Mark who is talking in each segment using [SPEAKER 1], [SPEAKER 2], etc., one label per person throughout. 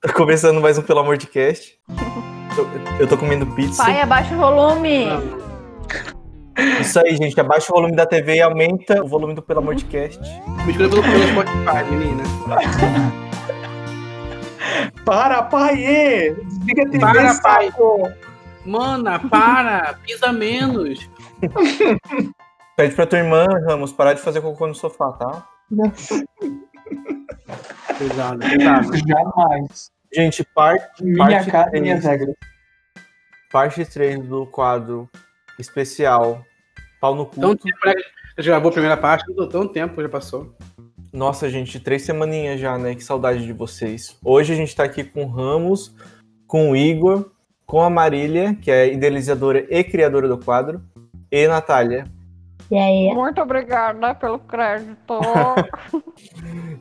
[SPEAKER 1] Tá começando mais um Pelo Amor de Cast. Eu, eu tô comendo pizza.
[SPEAKER 2] Pai, abaixa o volume.
[SPEAKER 1] Isso aí, gente. Abaixa o volume da TV e aumenta o volume do Pelo Amor de Cast.
[SPEAKER 3] Me escolha pelo pelo Spotify, menina.
[SPEAKER 4] Para, pai! ê! Desliga a TV,
[SPEAKER 3] Para, pai.
[SPEAKER 4] saco!
[SPEAKER 3] Mana, para, pisa menos.
[SPEAKER 1] Pede pra tua irmã, Ramos, parar de fazer cocô no sofá, tá?
[SPEAKER 3] Pesado, pesado.
[SPEAKER 4] Jamais.
[SPEAKER 1] Gente, parte,
[SPEAKER 4] Minha
[SPEAKER 1] parte,
[SPEAKER 4] casa, minhas
[SPEAKER 1] 3,
[SPEAKER 4] regras.
[SPEAKER 1] parte 3 do quadro especial Pau no Cu.
[SPEAKER 3] Tanto tempo, né? A gente gravou a primeira parte, não deu tanto tempo, já passou.
[SPEAKER 1] Nossa, gente, três semaninhas já, né? Que saudade de vocês. Hoje a gente tá aqui com o Ramos, com o Igor, com a Marília, que é idealizadora e criadora do quadro, e Natália.
[SPEAKER 2] E aí?
[SPEAKER 5] Muito obrigada pelo crédito.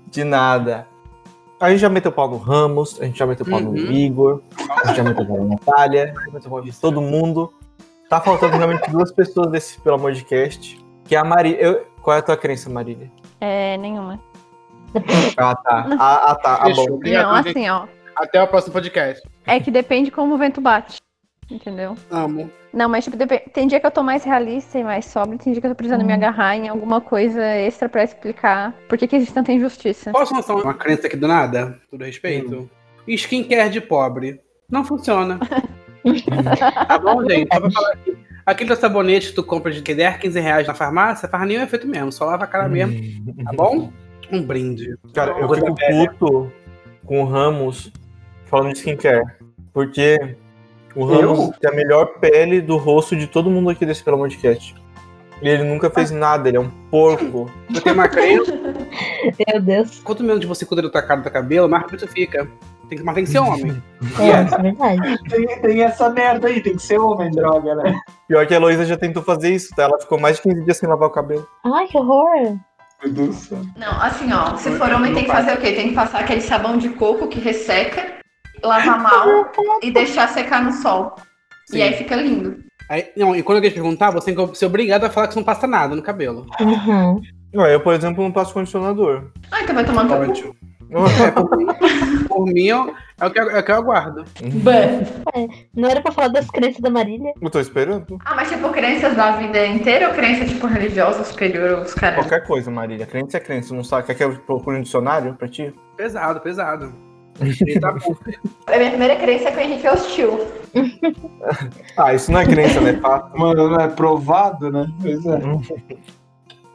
[SPEAKER 1] De nada. A gente já meteu pau no Ramos, a gente já meteu pau no
[SPEAKER 3] Uhum.
[SPEAKER 1] Igor, a gente já meteu pau na Natália, a gente já meteu pau de todo mundo. Tá faltando realmente duas pessoas desse, pelo amor de cast, que é a Marília. Eu- Qual é a tua crença, Marília?
[SPEAKER 5] é, nenhuma.
[SPEAKER 1] Ah, tá. Ah, ah, tá. Ah, bom.
[SPEAKER 3] Fechou. Obrigado,
[SPEAKER 5] não,
[SPEAKER 3] gente.
[SPEAKER 5] assim, ó.
[SPEAKER 3] Até o próximo podcast.
[SPEAKER 5] É que depende como o vento bate. Entendeu?
[SPEAKER 3] Amo.
[SPEAKER 5] Não, mas tipo, depe- tem dia que eu tô mais realista e mais sóbria, tem dia que eu tô precisando me agarrar em alguma coisa extra pra explicar por que, que existe tanta injustiça.
[SPEAKER 3] Posso lançar uma crença aqui do nada? Tudo respeito? Skincare de pobre. Não funciona. tá bom, gente? Só pra falar aqui. Aquele sabonete que tu compra de 10, 15 reais na farmácia, faz nenhum efeito mesmo, só lava a cara mesmo, tá bom? Um brinde.
[SPEAKER 1] Cara, eu fico puto com o Ramos falando de skincare. Porque o Ramos tem a melhor pele do rosto de todo mundo aqui desse Pelo Amor de Cast. E ele nunca fez
[SPEAKER 3] Ah.
[SPEAKER 1] nada, ele é um porco.
[SPEAKER 3] Eu tenho uma crença,
[SPEAKER 6] Meu Deus.
[SPEAKER 3] quanto menos você cuida da tua cara e do teu cabelo, mais bonito fica. Tem que, mas tem que ser homem.
[SPEAKER 6] É, isso é verdade.
[SPEAKER 4] Tem, tem essa merda aí, tem que ser homem, droga, né?
[SPEAKER 1] Pior que a Heloísa já tentou fazer isso, tá? Ela ficou mais de 15 dias sem lavar o cabelo.
[SPEAKER 6] Ai, que horror.
[SPEAKER 4] Meu Deus do céu.
[SPEAKER 2] Não, assim, ó. Se for homem, tem que fazer o quê? Tem que passar aquele sabão de coco que resseca, lavar mal e deixar secar no sol.
[SPEAKER 3] Sim.
[SPEAKER 2] E aí fica lindo.
[SPEAKER 3] Aí- não, e quando alguém te perguntar, você tem que ser obrigado a falar que você não passa nada no cabelo.
[SPEAKER 6] Uhum.
[SPEAKER 1] Não, eu, por exemplo, não passo condicionador.
[SPEAKER 2] Ah, então vai tomar um
[SPEAKER 3] Ótimo. É, por mim, por mim eu- é, o que eu, é o que eu aguardo.
[SPEAKER 6] Não era pra falar das crenças da Marília?
[SPEAKER 1] Eu tô esperando.
[SPEAKER 2] Ah, mas tipo, crenças da vida inteira ou crença, tipo, religiosa superior ou os caras?
[SPEAKER 1] Qualquer coisa, Marília. Crença é crença. Não sabe? Quer que eu procure um dicionário pra ti?
[SPEAKER 3] Pesado, pesado. Ele tá bom.
[SPEAKER 2] A minha primeira crença é que o Henrique é hostil.
[SPEAKER 1] Ah, isso não é crença, né? Fato.
[SPEAKER 4] Mano, não é provado, né? Pois é.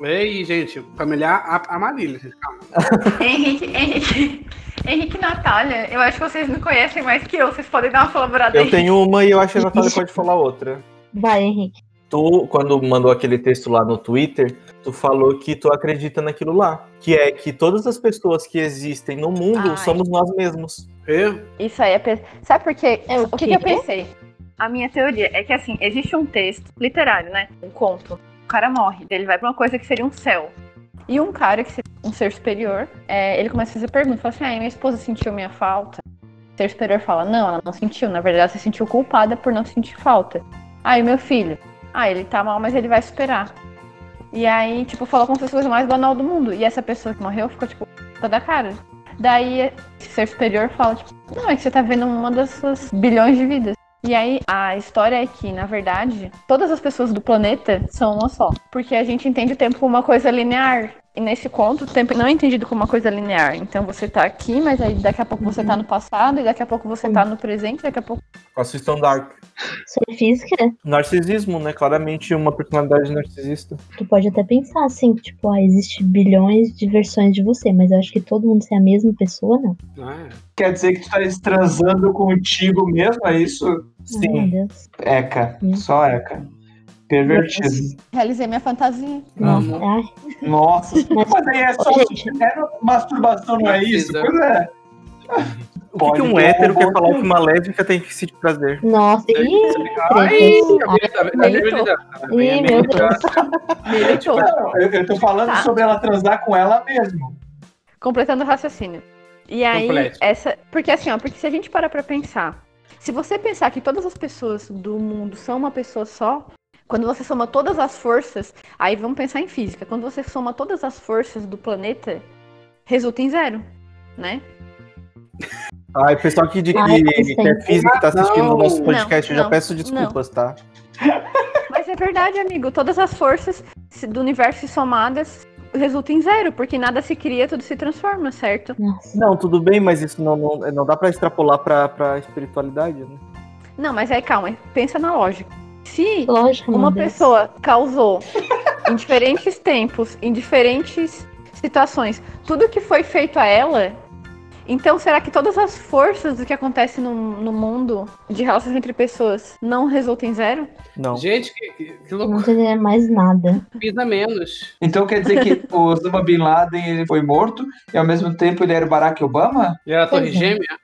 [SPEAKER 3] Ei, gente, familiar a, a Marília, gente, calma.
[SPEAKER 2] Henrique, Henrique. Henrique e Natália, eu acho que vocês me conhecem mais que eu, vocês podem dar uma colaborada
[SPEAKER 1] Eu
[SPEAKER 2] aí.
[SPEAKER 1] tenho uma e eu acho que a Natália pode falar outra.
[SPEAKER 6] Vai, Henrique.
[SPEAKER 1] tu, quando mandou aquele texto lá no Twitter, tu falou que tu acredita naquilo lá. Que é que todas as pessoas que existem no mundo
[SPEAKER 2] Ai.
[SPEAKER 1] somos nós mesmos.
[SPEAKER 3] E
[SPEAKER 5] Isso aí é. pe- Sabe por quê?
[SPEAKER 6] É, o
[SPEAKER 5] O que, que
[SPEAKER 6] quê?
[SPEAKER 5] eu pensei? A minha teoria é que, assim, existe um texto literário, né? Um conto. O cara morre. Ele vai pra uma coisa que seria um céu. E um cara, que seria um ser superior, é, ele começa a fazer perguntas. Fala assim, ah, minha esposa sentiu minha falta. O ser superior fala, não, ela não sentiu. Na verdade, ela se sentiu culpada por não sentir falta. Aí, meu filho. Ah, ele tá mal, mas ele vai superar. E aí, tipo, falou como se fosse a coisa mais banal do mundo. E essa pessoa que morreu ficou, tipo, toda cara. Daí, esse ser superior fala, tipo, não, é que você tá vendo uma das suas bilhões de vidas. E aí, a história é que, na verdade, todas as pessoas do planeta são uma só. Porque a gente entende o tempo como uma coisa linear. E nesse conto, o tempo não é entendido como uma coisa linear. Então você tá aqui, mas aí daqui a pouco você tá no passado, e daqui a pouco você tá no presente, daqui a pouco.
[SPEAKER 1] Assistam Dark.
[SPEAKER 6] Isso é física?
[SPEAKER 1] Narcisismo, né? Claramente uma personalidade narcisista.
[SPEAKER 6] Tu pode até pensar assim, que, tipo, ah, existe bilhões de versões de você, mas eu acho que todo mundo ser a mesma pessoa, não.
[SPEAKER 3] é?
[SPEAKER 4] Quer dizer que tu tá transando contigo mesmo, é isso?
[SPEAKER 6] Ai, meu Deus.
[SPEAKER 4] Eca,
[SPEAKER 6] Hum.
[SPEAKER 4] só eca. Pervertido.
[SPEAKER 5] Realizei minha fantasia.
[SPEAKER 3] Amo.
[SPEAKER 6] Ai,
[SPEAKER 4] Nossa, mas aí é só
[SPEAKER 6] Gente.
[SPEAKER 4] é masturbação, não é isso?
[SPEAKER 3] Precisa.
[SPEAKER 4] Pois é.
[SPEAKER 1] O que,
[SPEAKER 4] Pode
[SPEAKER 1] que um
[SPEAKER 4] ter
[SPEAKER 1] hétero
[SPEAKER 4] robô
[SPEAKER 1] quer falar que
[SPEAKER 4] sim.
[SPEAKER 1] uma lésbica tem que se prazer?
[SPEAKER 6] nossa. Ih,
[SPEAKER 3] Ai, a Bíblia tá- a
[SPEAKER 6] ih,
[SPEAKER 3] Bíblia
[SPEAKER 6] meu
[SPEAKER 3] tá-
[SPEAKER 6] Deus.
[SPEAKER 5] Militou.
[SPEAKER 4] Não, é. eu, eu tô falando
[SPEAKER 5] Tá.
[SPEAKER 4] sobre ela transar com ela mesmo.
[SPEAKER 5] completando o raciocínio. E aí,
[SPEAKER 3] Complete.
[SPEAKER 5] essa. Porque assim, ó, porque se a gente parar pra pensar, se você pensar que todas as pessoas do mundo são uma pessoa só, quando você soma todas as forças, aí vamos pensar em física. Quando você soma todas as forças do planeta, resulta em zero, né?
[SPEAKER 1] Ai, pessoal que, de, que,
[SPEAKER 6] Ai,
[SPEAKER 1] que é
[SPEAKER 6] Vicente.
[SPEAKER 1] físico que tá assistindo o nosso
[SPEAKER 5] Não,
[SPEAKER 1] podcast, eu já
[SPEAKER 5] não,
[SPEAKER 1] peço desculpas, tá?
[SPEAKER 5] Mas é verdade, amigo. Todas as forças se- do universo somadas resultam em zero, porque nada se cria, tudo se transforma, certo?
[SPEAKER 6] Nossa.
[SPEAKER 1] Não, tudo bem, mas isso não, não, não dá pra extrapolar pra, pra espiritualidade, né?
[SPEAKER 5] Não, mas aí calma, pensa na lógica. Se
[SPEAKER 6] Lógico,
[SPEAKER 5] uma
[SPEAKER 6] meu Deus.
[SPEAKER 5] pessoa causou em diferentes tempos, em diferentes situações, tudo que foi feito a ela, então será que todas as forças do que acontece no, no mundo de relações entre pessoas não resultam em zero?
[SPEAKER 1] Não.
[SPEAKER 3] Gente, que, que, que
[SPEAKER 6] Não
[SPEAKER 3] loucura.
[SPEAKER 6] entenderia mais nada.
[SPEAKER 3] Pisa menos.
[SPEAKER 4] Então quer dizer que o Osama Bin Laden ele foi morto e ao mesmo tempo ele era o Barack Obama?
[SPEAKER 3] Já era a Torre
[SPEAKER 6] Pois é.
[SPEAKER 3] Gêmea?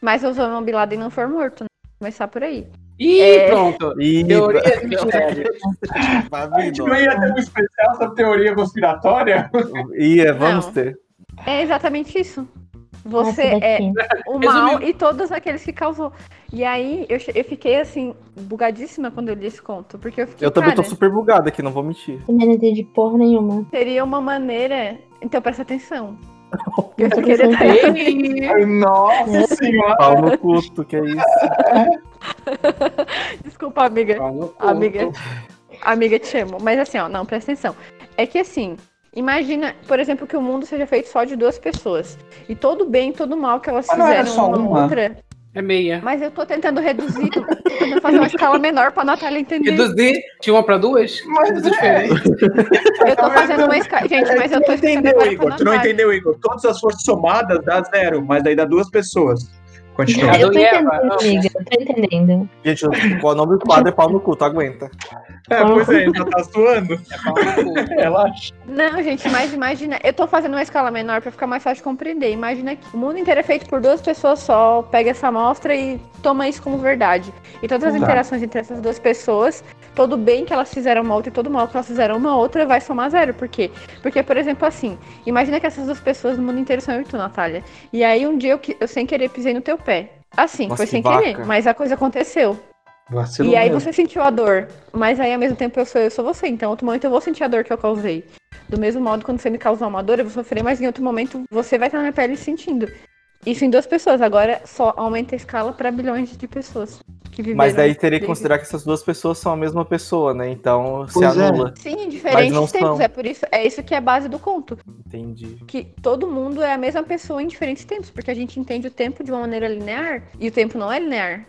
[SPEAKER 5] Mas Osama Bin Laden não foi morto, né? Começar por aí.
[SPEAKER 3] Ih,
[SPEAKER 5] É.
[SPEAKER 3] pronto.
[SPEAKER 1] E...
[SPEAKER 3] Teoria de mistério.
[SPEAKER 1] Tá
[SPEAKER 4] A gente não ia ter um especial sobre teoria conspiratória?
[SPEAKER 1] Ia, tipo, vamos
[SPEAKER 5] Não.
[SPEAKER 1] ter.
[SPEAKER 5] É exatamente isso. Você
[SPEAKER 6] Essa
[SPEAKER 5] é
[SPEAKER 6] daqui.
[SPEAKER 5] o mal
[SPEAKER 3] Resumindo.
[SPEAKER 5] e todos aqueles que causou. E aí eu, che- eu fiquei assim, bugadíssima quando eu li esse conto. Porque eu fiquei.
[SPEAKER 1] Eu também tô
[SPEAKER 5] cara,
[SPEAKER 1] super bugado aqui, não vou mentir.
[SPEAKER 6] Também não entendi porra nenhuma.
[SPEAKER 5] Seria uma maneira. Então presta atenção.
[SPEAKER 6] Não
[SPEAKER 5] Eu só
[SPEAKER 6] tô
[SPEAKER 5] queria
[SPEAKER 6] pensando
[SPEAKER 5] dar...
[SPEAKER 3] Ei,
[SPEAKER 4] Ai, Nossa senhora!
[SPEAKER 1] Pau no culto, que é isso.
[SPEAKER 5] Desculpa, amiga.
[SPEAKER 3] é, pau no cu.
[SPEAKER 5] Amiga. Amiga, te amo. Mas assim, ó, não, presta atenção. É que assim, imagina, por exemplo, que o mundo seja feito só de duas pessoas. E todo o bem, todo o mal que elas
[SPEAKER 4] Mas não era
[SPEAKER 5] fizeram
[SPEAKER 4] só
[SPEAKER 5] uma,
[SPEAKER 4] uma.
[SPEAKER 5] outra.
[SPEAKER 3] É meia.
[SPEAKER 5] Mas eu tô tentando reduzir, tô tentando fazer uma escala menor pra Natália entender.
[SPEAKER 3] Reduzir de uma pra duas?
[SPEAKER 4] Mas
[SPEAKER 3] Coisas
[SPEAKER 4] é,
[SPEAKER 3] diferentes.
[SPEAKER 5] Eu tô fazendo uma escala. Gente, mas eu tô explicando agora pra Natália.
[SPEAKER 4] Igor? Todas as forças somadas dá zero, mas daí dá duas pessoas. Continua.
[SPEAKER 3] É,
[SPEAKER 6] Eu tô
[SPEAKER 3] Adonieva,
[SPEAKER 6] entendendo,
[SPEAKER 3] não.
[SPEAKER 6] amiga. Eu tô entendendo.
[SPEAKER 1] Gente, o nome do quadro é pau no culto, aguenta.
[SPEAKER 4] É, pois é, ainda tá suando.
[SPEAKER 3] É pau no cu.
[SPEAKER 4] Relaxa.
[SPEAKER 5] Não, gente, mas imagina. Eu tô fazendo uma escala menor pra ficar mais fácil de compreender. Imagina que o mundo inteiro é feito por duas pessoas só. Pega essa amostra e toma isso como verdade. E todas as
[SPEAKER 4] Tá.
[SPEAKER 5] interações entre essas duas pessoas, todo o bem que elas fizeram uma outra e todo o mal que elas fizeram uma outra, vai somar zero. Por quê? Porque, por exemplo, assim, imagina que essas duas pessoas no mundo inteiro são eu e tu, Natália. E aí um dia eu, que- eu sem querer pisei no teu pé. Assim,
[SPEAKER 1] Nossa,
[SPEAKER 5] foi
[SPEAKER 1] que
[SPEAKER 5] sem
[SPEAKER 1] vaca.
[SPEAKER 5] querer, mas a coisa aconteceu. E aí você sentiu a dor, mas aí ao mesmo tempo eu sou eu, sou você, então em outro momento eu vou sentir a dor que eu causei. Do mesmo modo, quando você me causar uma dor, eu vou sofrer, mas em outro momento você vai estar na minha pele sentindo. Isso em duas pessoas, agora só aumenta a escala para bilhões de pessoas que viveram.
[SPEAKER 1] Mas daí teria que
[SPEAKER 5] Sim.
[SPEAKER 1] considerar que essas duas pessoas são a mesma pessoa, né? Então se
[SPEAKER 4] Pois é.
[SPEAKER 1] anula.
[SPEAKER 5] Sim, em
[SPEAKER 1] Mas não
[SPEAKER 5] diferentes
[SPEAKER 1] são.
[SPEAKER 5] tempos, é por isso, é isso que é a base do conto,
[SPEAKER 1] Entendi.
[SPEAKER 5] que todo mundo é a mesma pessoa em diferentes tempos, porque a gente entende o tempo de uma maneira linear e o tempo não é linear.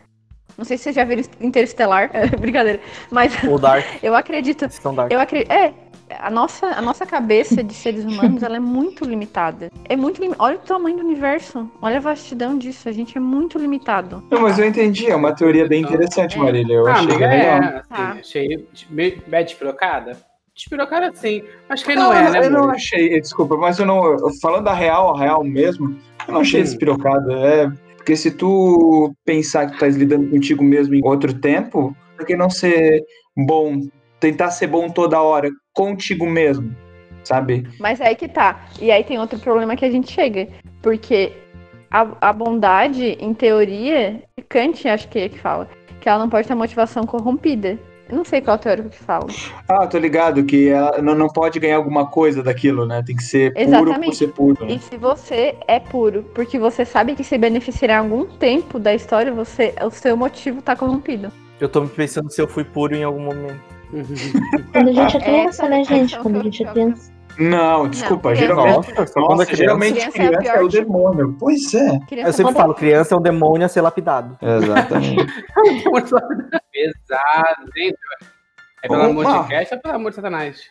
[SPEAKER 5] Não sei se vocês já viram Interestelar, brincadeira, mas
[SPEAKER 1] Ou Dark,
[SPEAKER 5] eu acredito
[SPEAKER 1] estão Dark.
[SPEAKER 5] Eu acredito. É, a nossa, a nossa cabeça de seres humanos ela é muito limitada. É muito lim... Olha o tamanho do universo. Olha a vastidão disso. A gente é muito limitado.
[SPEAKER 4] Não, mas eu entendi. É uma teoria bem interessante, Marília. Eu
[SPEAKER 3] Ah,
[SPEAKER 4] achei
[SPEAKER 3] amiga,
[SPEAKER 4] legal.
[SPEAKER 3] é, assim,
[SPEAKER 5] Tá.
[SPEAKER 3] achei meio meio despirocada. Despirocada sim, mas quem não,
[SPEAKER 4] Não,
[SPEAKER 3] é,
[SPEAKER 4] Ah, eu,
[SPEAKER 3] né?
[SPEAKER 4] eu não
[SPEAKER 3] amor?
[SPEAKER 4] achei, eh, desculpa, mas eu não. Falando a real, a real mesmo, eu não achei
[SPEAKER 3] Hum.
[SPEAKER 4] despirocada. É, porque se tu pensar que tu estás lidando contigo mesmo em outro tempo, por que não ser bom, tentar ser bom toda hora contigo mesmo, sabe?
[SPEAKER 5] Mas é aí que tá. E aí tem outro problema que a gente chega. Porque a, a bondade, em teoria, Kant acho que é que fala, que ela não pode ter motivação corrompida. Eu não sei qual teórico que fala.
[SPEAKER 4] Ah, tô ligado que ela não, não pode ganhar alguma coisa daquilo, né? Tem que ser puro por
[SPEAKER 5] Exatamente.
[SPEAKER 4] ser puro. né?
[SPEAKER 5] E se você é puro, porque você sabe que se beneficiar em algum tempo da história, você, o seu motivo tá corrompido.
[SPEAKER 1] Eu tô me pensando se eu fui puro em algum momento.
[SPEAKER 6] Quando a gente é
[SPEAKER 5] Essa
[SPEAKER 6] criança, né,
[SPEAKER 5] reflexão
[SPEAKER 6] gente? Quando
[SPEAKER 5] que
[SPEAKER 6] a
[SPEAKER 5] eu-
[SPEAKER 6] gente é
[SPEAKER 5] que eu-
[SPEAKER 6] criança.
[SPEAKER 4] Não, desculpa,
[SPEAKER 5] criança.
[SPEAKER 4] geralmente.
[SPEAKER 1] Nossa, só quando
[SPEAKER 4] um Nossa,
[SPEAKER 1] é criança.
[SPEAKER 4] geralmente
[SPEAKER 5] Criança é a
[SPEAKER 4] criança é,
[SPEAKER 5] pior
[SPEAKER 4] o
[SPEAKER 5] de-
[SPEAKER 4] demônio. Pois é.
[SPEAKER 5] Criança
[SPEAKER 1] Eu sempre
[SPEAKER 5] pode-
[SPEAKER 1] falo, criança é um demônio a ser lapidado.
[SPEAKER 4] Exatamente.
[SPEAKER 3] É Pesado, hein? É pelo
[SPEAKER 4] Opa!
[SPEAKER 3] amor de Cristo ou pelo amor de Satanás?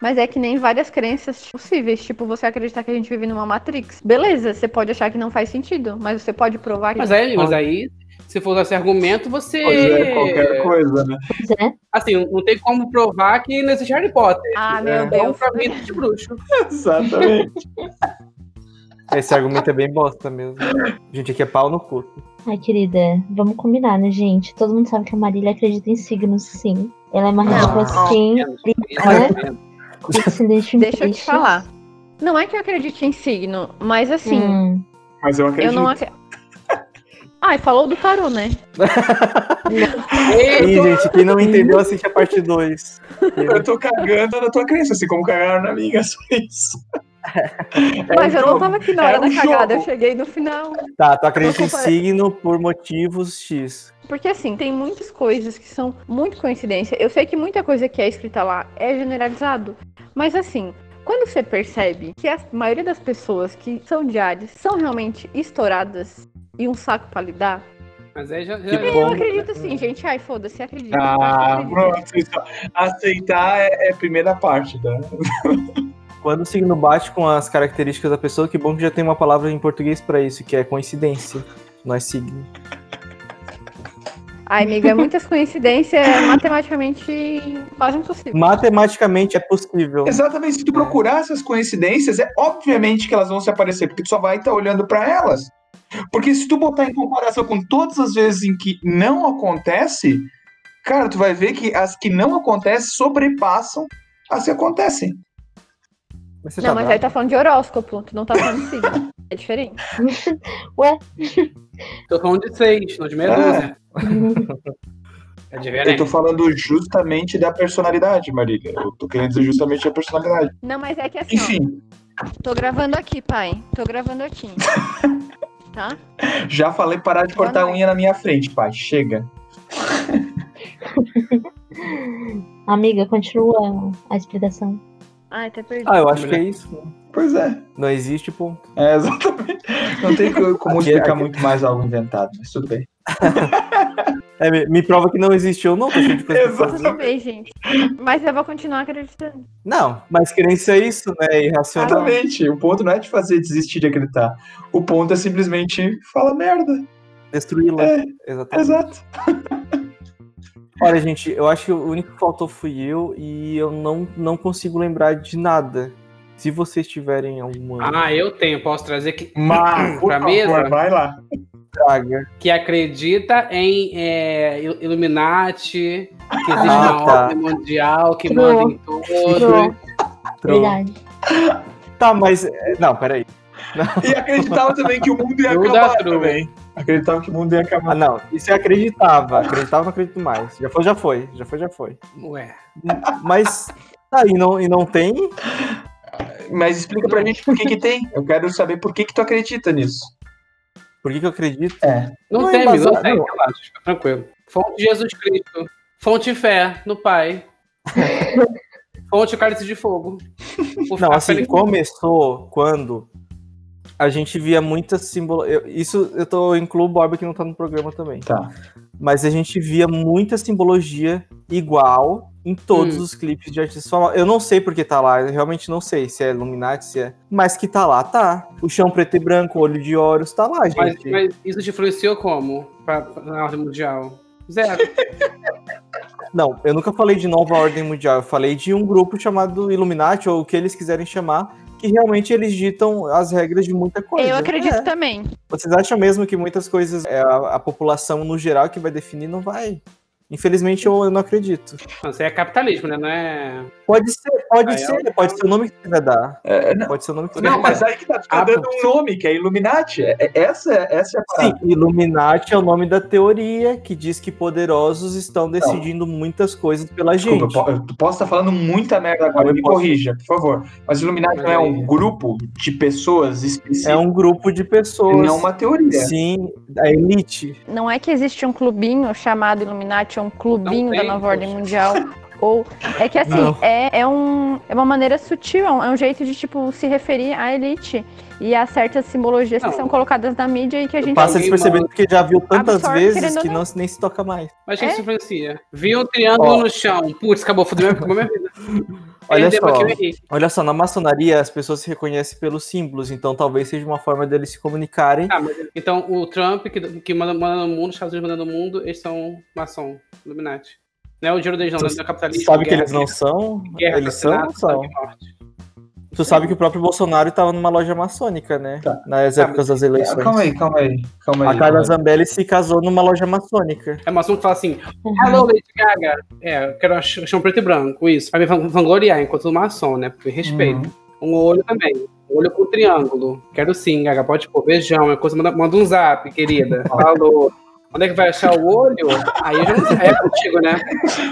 [SPEAKER 5] Mas é que nem várias crenças possíveis. Tipo, você acreditar que a gente vive numa Matrix. Beleza, você pode achar que não faz sentido, mas você pode provar que.
[SPEAKER 3] Mas é aí, mas aí, se for usar esse argumento, você.
[SPEAKER 4] pois é, qualquer coisa, né?
[SPEAKER 6] Pois é.
[SPEAKER 3] Assim, não tem como provar que não existe Harry Potter.
[SPEAKER 5] Ah, meu
[SPEAKER 3] É um
[SPEAKER 5] Deus.
[SPEAKER 3] fragmento de bruxo.
[SPEAKER 4] Exatamente.
[SPEAKER 1] Esse argumento é bem bosta mesmo. Gente, aqui é pau no culto.
[SPEAKER 6] Ai, querida, vamos combinar, né, gente? Todo mundo sabe que a Marília acredita em signos, sim. Ela é uma né? religião,
[SPEAKER 5] ó,
[SPEAKER 6] sim,
[SPEAKER 3] É,
[SPEAKER 6] descendente em
[SPEAKER 5] Deixa eu te
[SPEAKER 6] peixe.
[SPEAKER 5] falar. Não é que eu acredite em signo, mas assim,
[SPEAKER 6] Hum,
[SPEAKER 4] Mas eu
[SPEAKER 5] eu
[SPEAKER 4] acredito.
[SPEAKER 5] não acredito. Ai, falou do tarô, né?
[SPEAKER 1] Ih, gente, quem não entendeu, assiste a parte 2.
[SPEAKER 4] Eu tô cagando na tua crença, assim como cagaram na minha, só isso.
[SPEAKER 5] Mas eu não tava aqui na hora
[SPEAKER 4] É
[SPEAKER 5] da
[SPEAKER 4] um
[SPEAKER 5] cagada, eu
[SPEAKER 4] jogo.
[SPEAKER 5] cheguei no final.
[SPEAKER 1] Tá, tu acredita em
[SPEAKER 5] Desculpa.
[SPEAKER 1] signo por motivos X.
[SPEAKER 5] Porque assim, tem muitas coisas que são muito coincidência. Eu sei que muita coisa que é escrita lá é generalizado, mas assim, quando você percebe que a maioria das pessoas que são de Ares são realmente estouradas e um saco pra lidar,
[SPEAKER 3] Mas aí já. já-
[SPEAKER 1] Que
[SPEAKER 5] eu
[SPEAKER 1] bom.
[SPEAKER 5] acredito sim, gente. Ai, foda-se, acredita.
[SPEAKER 4] Ah,
[SPEAKER 5] acredita.
[SPEAKER 4] pronto. isso- Aceitar é, é a primeira parte, tá?
[SPEAKER 1] Quando o signo bate com as características da pessoa, que bom que já tem uma palavra em português pra isso, que é coincidência. Não é signo.
[SPEAKER 5] Ai, amiga, é muitas coincidências é matematicamente quase impossível.
[SPEAKER 1] Matematicamente é possível.
[SPEAKER 4] Exatamente. Se tu procurar essas coincidências, é obviamente que elas vão se aparecer, porque tu só vai estar olhando pra elas. Porque se tu botar em comparação com todas as vezes em que não acontece, cara, tu vai ver que as que não acontecem sobrepassam as que acontecem.
[SPEAKER 1] Mas você
[SPEAKER 5] não, mas
[SPEAKER 1] bravo?
[SPEAKER 5] aí tá falando de horóscopo, tu não tá falando de signo. É diferente.
[SPEAKER 3] Tô falando de seis, não de meia
[SPEAKER 4] É.
[SPEAKER 3] dúzia. É
[SPEAKER 4] Eu
[SPEAKER 3] diferente.
[SPEAKER 4] tô falando justamente da personalidade, Marília. Eu tô querendo dizer justamente da personalidade.
[SPEAKER 5] Não, mas é que assim, ó,
[SPEAKER 4] Enfim,
[SPEAKER 5] Tô gravando aqui, pai. Tô gravando aqui. tá?
[SPEAKER 4] já falei parar de cortar a unha na minha frente, pai. Chega.
[SPEAKER 6] Amiga, continua a explicação.
[SPEAKER 5] Ai, até perdi.
[SPEAKER 1] Ah, eu acho que é isso.
[SPEAKER 4] Pois é.
[SPEAKER 1] Não existe tipo, ponto.
[SPEAKER 4] É, exatamente. Não tem co- como
[SPEAKER 1] Aqui-
[SPEAKER 4] explicar
[SPEAKER 1] aqui-
[SPEAKER 4] muito mais algo inventado, mas tudo bem.
[SPEAKER 1] É, me, me prova que não existe ou não, tá cheio de coisa pra
[SPEAKER 4] Exato.
[SPEAKER 1] fazer.
[SPEAKER 5] Tudo bem, gente. Mas eu vou continuar acreditando.
[SPEAKER 1] Não, mas crença é isso, né? É Irracional.
[SPEAKER 4] Exatamente. O ponto não é de fazer desistir de acreditar. O ponto é simplesmente falar merda.
[SPEAKER 1] Destruí-la.
[SPEAKER 4] É.
[SPEAKER 1] Exatamente.
[SPEAKER 4] Exato.
[SPEAKER 1] Olha, gente, eu acho que o único que faltou fui eu e eu não, não consigo lembrar de nada. Se vocês tiverem alguma
[SPEAKER 3] Ah, eu tenho, posso trazer que
[SPEAKER 4] Mas,
[SPEAKER 3] Hum, Pra mesa?
[SPEAKER 4] vai lá.
[SPEAKER 1] praga.
[SPEAKER 3] que acredita em é, Il- Illuminati, que existe
[SPEAKER 1] Ah,
[SPEAKER 3] uma
[SPEAKER 1] tá.
[SPEAKER 3] ordem mundial que
[SPEAKER 6] Não.
[SPEAKER 3] manda em tudo.
[SPEAKER 6] Não.
[SPEAKER 1] Tron.
[SPEAKER 6] Verdade.
[SPEAKER 1] Tá, mas. é, Não, peraí.
[SPEAKER 4] E acreditava também que o mundo ia
[SPEAKER 3] Duda
[SPEAKER 4] acabar
[SPEAKER 3] Tru.
[SPEAKER 4] também. Acreditava que o mundo ia
[SPEAKER 1] Ah,
[SPEAKER 4] acabar.
[SPEAKER 1] não. Isso eu acreditava. Acreditava, não acredito mais. Já foi, já foi. Já foi, já foi.
[SPEAKER 3] Ué.
[SPEAKER 1] Mas. Tá, e não, e não tem?
[SPEAKER 4] Mas explica pra gente por que que tem. Eu quero saber por que que tu acredita nisso.
[SPEAKER 1] Por que, que eu acredito?
[SPEAKER 3] Não,
[SPEAKER 1] Não é
[SPEAKER 3] tem, amigo, não
[SPEAKER 1] embasado,
[SPEAKER 3] tem,
[SPEAKER 1] não.
[SPEAKER 3] relaxa, fica tranquilo. Fonte de Jesus Cristo, fonte fé no Pai, fonte cálice de fogo. O
[SPEAKER 1] Não,
[SPEAKER 3] Fá
[SPEAKER 1] assim,
[SPEAKER 3] Feliz-
[SPEAKER 1] começou quando a gente via muita simbologia. Isso eu tô, eu incluo o Borba que não tá no programa também.
[SPEAKER 4] Tá.
[SPEAKER 1] Mas a gente via muita simbologia igual em todos
[SPEAKER 3] Hum.
[SPEAKER 1] os clipes de artistas famosos. Eu não sei porque tá lá, eu realmente não sei se é Illuminati, se é. Mas que tá lá, tá. O chão preto e branco, olho de Horus, tá lá, gente.
[SPEAKER 3] Mas, mas isso te influenciou como? Pra, pra- na ordem mundial? Zero.
[SPEAKER 1] Não, eu nunca falei de nova ordem mundial, eu falei de um grupo chamado Illuminati, ou o que eles quiserem chamar, que realmente eles ditam as regras de muita coisa.
[SPEAKER 5] eu acredito
[SPEAKER 1] É.
[SPEAKER 5] também.
[SPEAKER 1] Vocês acham mesmo que muitas coisas é a, a população no geral que vai definir? Não vai. Infelizmente, eu, eu não acredito.
[SPEAKER 3] Não, isso aí é capitalismo, né? Não é.
[SPEAKER 1] Pode ser, pode
[SPEAKER 3] Aí
[SPEAKER 1] ser, pode ser o nome que quiser dar.
[SPEAKER 4] É, não,
[SPEAKER 1] Pode ser o nome que quiser
[SPEAKER 4] Ah, é não,
[SPEAKER 1] dar.
[SPEAKER 4] mas aí que tá, tu tá
[SPEAKER 3] Ah,
[SPEAKER 4] dando um nome, que é Illuminati. É- é- Essa, é- essa é a
[SPEAKER 1] Sim,
[SPEAKER 4] parada.
[SPEAKER 1] Illuminati é o nome da teoria que diz que poderosos estão decidindo muitas coisas pela gente.
[SPEAKER 4] Desculpa, eu po- eu posso estar falando muita merda agora,
[SPEAKER 1] Eu
[SPEAKER 4] me
[SPEAKER 1] posso.
[SPEAKER 4] corrija, por favor. Mas Illuminati não é um grupo de pessoas específicas,
[SPEAKER 1] é um grupo de pessoas.
[SPEAKER 4] não é uma teoria.
[SPEAKER 1] Sim, a elite.
[SPEAKER 5] Não é que existe um clubinho chamado Illuminati, é um clubinho
[SPEAKER 3] Não
[SPEAKER 5] da
[SPEAKER 3] tem,
[SPEAKER 5] Nova
[SPEAKER 3] poxa.
[SPEAKER 5] Ordem Mundial. Ou é que assim,
[SPEAKER 1] Não.
[SPEAKER 5] é, é, um, é uma maneira sutil, é um, é um jeito de tipo se referir à elite e a certas simbologias
[SPEAKER 3] Não.
[SPEAKER 5] que são colocadas na mídia e que a gente
[SPEAKER 1] Passa
[SPEAKER 3] alguém
[SPEAKER 1] despercebido
[SPEAKER 3] manda-
[SPEAKER 1] porque já viu tantas
[SPEAKER 5] Absorve,
[SPEAKER 1] vezes
[SPEAKER 5] querendo ou
[SPEAKER 1] que
[SPEAKER 5] não.
[SPEAKER 1] não, se- nem se toca mais.
[SPEAKER 3] Mas quem
[SPEAKER 5] É?
[SPEAKER 3] se influencia? Viu um triângulo
[SPEAKER 1] Ó.
[SPEAKER 3] no chão. Putz, acabou, fudeu acabou minha vida.
[SPEAKER 1] Olha
[SPEAKER 3] Perdemos
[SPEAKER 1] só.
[SPEAKER 3] aqui o Henrique.
[SPEAKER 1] Olha só, na maçonaria as pessoas se reconhecem pelos símbolos, então talvez seja uma forma deles se comunicarem.
[SPEAKER 3] Ah, mas então o Trump, que, que manda, manda no mundo, os Estados Unidos mandando no mundo, eles são maçom, Illuminati. Não é o dinheiro deles, não, não é capitalismo.
[SPEAKER 1] Sabe que
[SPEAKER 3] guerra,
[SPEAKER 1] eles não são?
[SPEAKER 3] guerra,
[SPEAKER 1] Eles são? ou
[SPEAKER 3] assassinato,
[SPEAKER 1] São.
[SPEAKER 3] sangue e morte.
[SPEAKER 1] Tu sabe que o próprio Bolsonaro estava numa loja maçônica, né? Nas
[SPEAKER 3] Tá,
[SPEAKER 1] épocas das eleições.
[SPEAKER 4] Calma aí, calma aí, calma aí. Uhum.
[SPEAKER 1] A Carla Zambelli se casou numa loja maçônica.
[SPEAKER 3] É maçom que fala assim: Hello, Lady Gaga. É, eu quero ach- chão preto e branco, isso. Pra me van- vangloriar enquanto maçom, né? Porque respeito. Um olho também. Um olho com triângulo. Quero sim, Gaga. Pode pôr beijão. É coisa, manda, manda um zap, querida. Falou. Quando é que vai achar o olho? Aí, eu já não sei. Aí é contigo, né?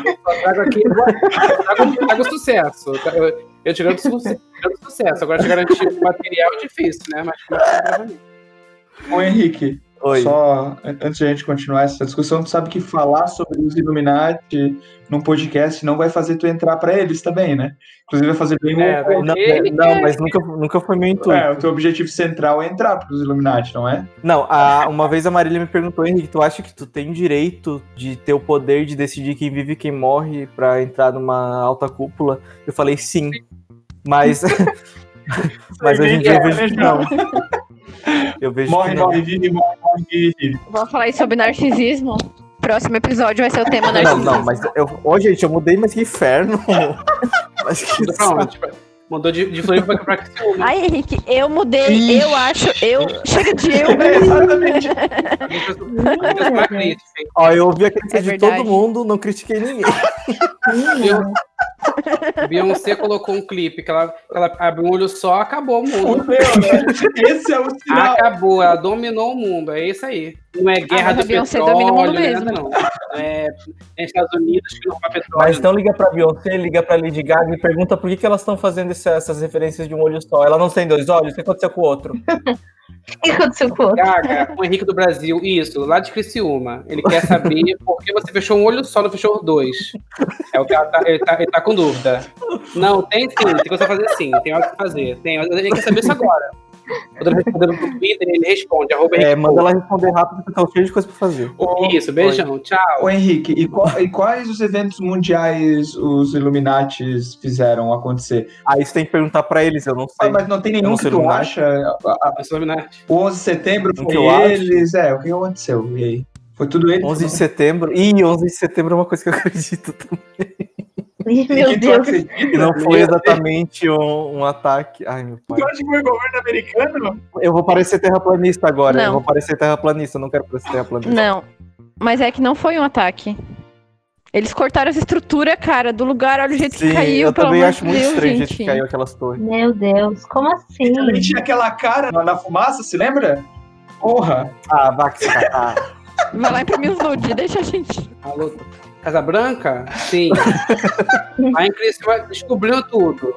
[SPEAKER 3] Eu trago aqui. eu Trago, eu trago o sucesso. Eu, eu te garanto su- garanto sucesso. Agora te garantir o material é difícil, né? Mas mas eu trago ali.
[SPEAKER 4] Ô Henrique,
[SPEAKER 1] Oi.
[SPEAKER 4] só an- antes de a gente continuar essa discussão, tu sabe que falar sobre os Illuminati num podcast não vai fazer tu entrar pra eles também, né? Inclusive vai fazer bem
[SPEAKER 3] É,
[SPEAKER 4] o...
[SPEAKER 3] vai-
[SPEAKER 1] Não,
[SPEAKER 3] Ele
[SPEAKER 1] não,
[SPEAKER 3] quer-
[SPEAKER 1] mas nunca, nunca foi meu intuito.
[SPEAKER 4] É, o teu objetivo central é entrar pros Illuminati, não é?
[SPEAKER 1] Não, a- uma vez a Marília me perguntou, Henrique, tu acha que tu tem direito de ter o poder de decidir quem vive e quem morre pra entrar numa alta cúpula? Eu falei sim. Mas. mas hoje em dia eu vejo que não. Eu vejo
[SPEAKER 4] Morre,
[SPEAKER 1] que não.
[SPEAKER 4] morre, vive, morre, morre, vive, vive.
[SPEAKER 5] Vamos falar aí sobre narcisismo. Próximo episódio vai ser o tema
[SPEAKER 1] Não,
[SPEAKER 5] narcisismo.
[SPEAKER 1] não, mas eu. Ô, gente, eu mudei, mas que inferno! Mas que
[SPEAKER 3] Pronto, tipo, mandou de, de Floripa pra Criciúma.
[SPEAKER 7] Ai, Henrique, eu mudei, eu acho, eu. Chega de eu.
[SPEAKER 4] exatamente.
[SPEAKER 3] Mandou de pra Criciúma.
[SPEAKER 1] Ó, eu ouvi a crítica
[SPEAKER 5] É
[SPEAKER 1] de
[SPEAKER 5] verdade.
[SPEAKER 1] todo mundo, não critiquei ninguém.
[SPEAKER 3] Beyoncé colocou um clipe que ela, que ela abre um olho só, acabou o mundo.
[SPEAKER 4] Esse é o sinal.
[SPEAKER 3] Acabou, ela dominou o mundo, é isso aí. Não é guerra
[SPEAKER 5] Ah, mas
[SPEAKER 3] do
[SPEAKER 5] a Beyoncé domina o
[SPEAKER 3] petróleo,
[SPEAKER 5] mundo
[SPEAKER 3] não é nada não. É, é Estados Unidos que não vai petróleo. né?
[SPEAKER 1] Mas não liga pra Beyoncé, liga pra Lady Gaga e pergunta por que, que elas estão fazendo essa- essas referências de um olho só. Ela não tem dois olhos, o que aconteceu com o outro?
[SPEAKER 6] O que aconteceu com o outro?
[SPEAKER 3] Gaga, o Henrique do Brasil, isso, lá de Criciúma. Ele quer saber por que você fechou um olho só, não fechou os dois. É o que ela tá, ele, tá, ele tá com dúvida. Não, tem sim, tem coisa a fazer sim, tem algo que fazer. Tem, ele quer saber isso agora. Quando ele responder no Twitter, ele responde, arroba
[SPEAKER 1] É,
[SPEAKER 3] Henrique.
[SPEAKER 1] manda ela responder rápido porque tá cheio de coisa pra fazer.
[SPEAKER 4] Ô,
[SPEAKER 3] Isso, beijão, tchau.
[SPEAKER 4] ô, Henrique, e, qual- e quais os eventos mundiais os Illuminatis fizeram acontecer?
[SPEAKER 1] Aí você tem que perguntar pra eles, eu não sei.
[SPEAKER 4] Ah, mas não tem nenhum
[SPEAKER 1] Não
[SPEAKER 4] que
[SPEAKER 1] sei
[SPEAKER 4] tu
[SPEAKER 1] Illuminati.
[SPEAKER 4] acha? A- a-
[SPEAKER 3] Eu sou Minati.
[SPEAKER 4] O 11 de setembro
[SPEAKER 1] O
[SPEAKER 4] foi
[SPEAKER 1] que eu acho?
[SPEAKER 4] eles. É, o que aconteceu? E aí? Foi tudo eles?
[SPEAKER 1] 11 de setembro. Ih, 11 de setembro é uma coisa que eu acredito também.
[SPEAKER 6] Ih,
[SPEAKER 4] E
[SPEAKER 6] Meu
[SPEAKER 4] que tu
[SPEAKER 6] Deus.
[SPEAKER 4] acredita?
[SPEAKER 1] E não foi exatamente um, um ataque. Ai, meu pai.
[SPEAKER 4] Tu acha que foi o governo americano?
[SPEAKER 1] Eu vou parecer terraplanista agora.
[SPEAKER 5] Não.
[SPEAKER 1] Eu vou parecer terraplanista, eu não quero parecer terraplanista.
[SPEAKER 5] Não. Mas é que não foi um ataque. Eles cortaram essa estrutura, cara, do lugar, olha o jeito que caiu,
[SPEAKER 1] eu
[SPEAKER 5] pelo
[SPEAKER 1] também
[SPEAKER 5] amor
[SPEAKER 1] acho
[SPEAKER 5] de
[SPEAKER 1] muito
[SPEAKER 5] Deus,
[SPEAKER 1] estranho o jeito
[SPEAKER 5] gente.
[SPEAKER 1] que caiu aquelas torres.
[SPEAKER 6] Meu Deus, como assim?
[SPEAKER 4] Também tinha aquela cara na, na fumaça, se lembra? Porra!
[SPEAKER 1] Ah, vai que se catar.
[SPEAKER 5] Vai lá imprimir os nudes, deixa a gente.
[SPEAKER 3] Alô, Casa Branca? Sim. Aí em Criciúma descobriu tudo.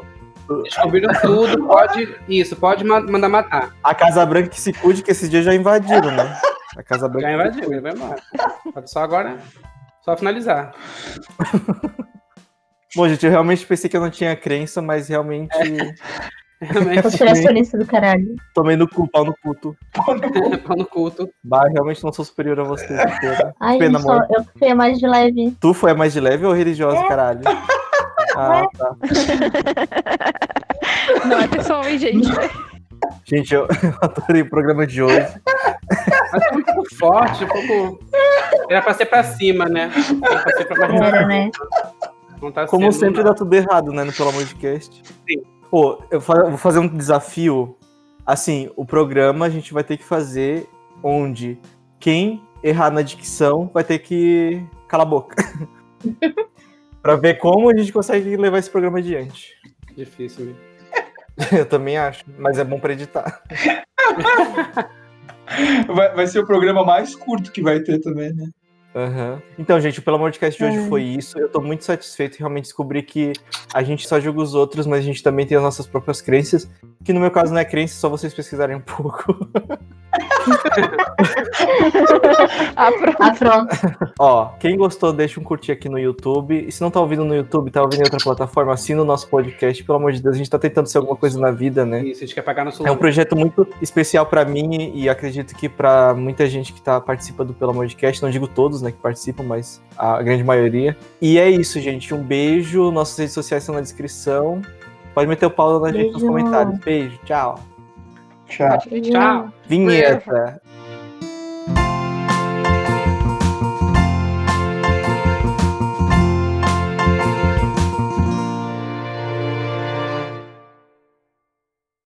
[SPEAKER 3] Descobriram tudo, pode. Isso, pode ma- mandar matar.
[SPEAKER 1] A Casa Branca que se cuide, que esses dias já invadiram, né? A Casa Branca.
[SPEAKER 3] Já invadiu, ele vai embora. Pode Só agora, só finalizar.
[SPEAKER 1] Bom, gente, eu realmente pensei que eu não tinha crença, mas realmente
[SPEAKER 4] É.
[SPEAKER 3] Realmente,
[SPEAKER 6] Conspiracionista do caralho.
[SPEAKER 1] tomei no cu, pau no puto.
[SPEAKER 3] né, pau no culto.
[SPEAKER 1] Bah, realmente não sou superior a você. que pena.
[SPEAKER 6] Ai,
[SPEAKER 1] Pena,
[SPEAKER 6] eu, só, eu fui a mais de leve.
[SPEAKER 1] Tu foi a mais de leve ou religiosa, caralho? Ah, tá.
[SPEAKER 5] Não é pessoal, hein, gente.
[SPEAKER 1] Gente, eu adorei o programa de hoje.
[SPEAKER 3] Mas foi um pouco forte, um pouco. Era pra ser pra cima, né? Era pra ser pra baixo.
[SPEAKER 6] Era, né?
[SPEAKER 3] Não tá
[SPEAKER 1] Como
[SPEAKER 3] sendo,
[SPEAKER 1] sempre,
[SPEAKER 3] não.
[SPEAKER 1] dá tudo errado, né? No Pelo Amor de Cast.
[SPEAKER 3] Sim.
[SPEAKER 1] Pô, eu fa- eu vou fazer um desafio. Assim, o programa a gente vai ter que fazer onde quem errar na dicção vai ter que calar a boca. pra ver como a gente consegue levar esse programa adiante.
[SPEAKER 3] Difícil né? mesmo.
[SPEAKER 1] Eu também acho, mas é bom pra editar.
[SPEAKER 4] Vai, vai ser o programa mais curto que vai ter também, né?
[SPEAKER 1] Aham. Então, gente, o Pelo Amor de Cast de hoje foi isso. Eu tô muito satisfeito. Realmente descobri que a gente só julga os outros, mas a gente também tem as nossas próprias crenças. Que no meu caso não é crença, é só vocês pesquisarem um pouco.
[SPEAKER 5] Apro-
[SPEAKER 6] Afronta.
[SPEAKER 1] Ó, quem gostou, deixa um curtir aqui no YouTube. E se não tá ouvindo no YouTube, tá ouvindo em outra plataforma, assina o nosso podcast. Pelo amor de Deus, a gente tá tentando ser alguma coisa na vida, né?
[SPEAKER 3] Isso, a gente quer pagar no
[SPEAKER 1] É um
[SPEAKER 3] celular.
[SPEAKER 1] projeto muito especial pra mim e acredito que pra muita gente que tá participa do Pelo Amor de Cast, não digo todos, né, que participam, mas a grande maioria. E é isso, gente. Um beijo. Nossas redes sociais estão na descrição. Pode meter o pau na gente nos
[SPEAKER 6] Beijo.
[SPEAKER 1] comentários. Beijo, tchau.
[SPEAKER 4] Tchau.
[SPEAKER 3] Tchau.
[SPEAKER 1] Vinheta.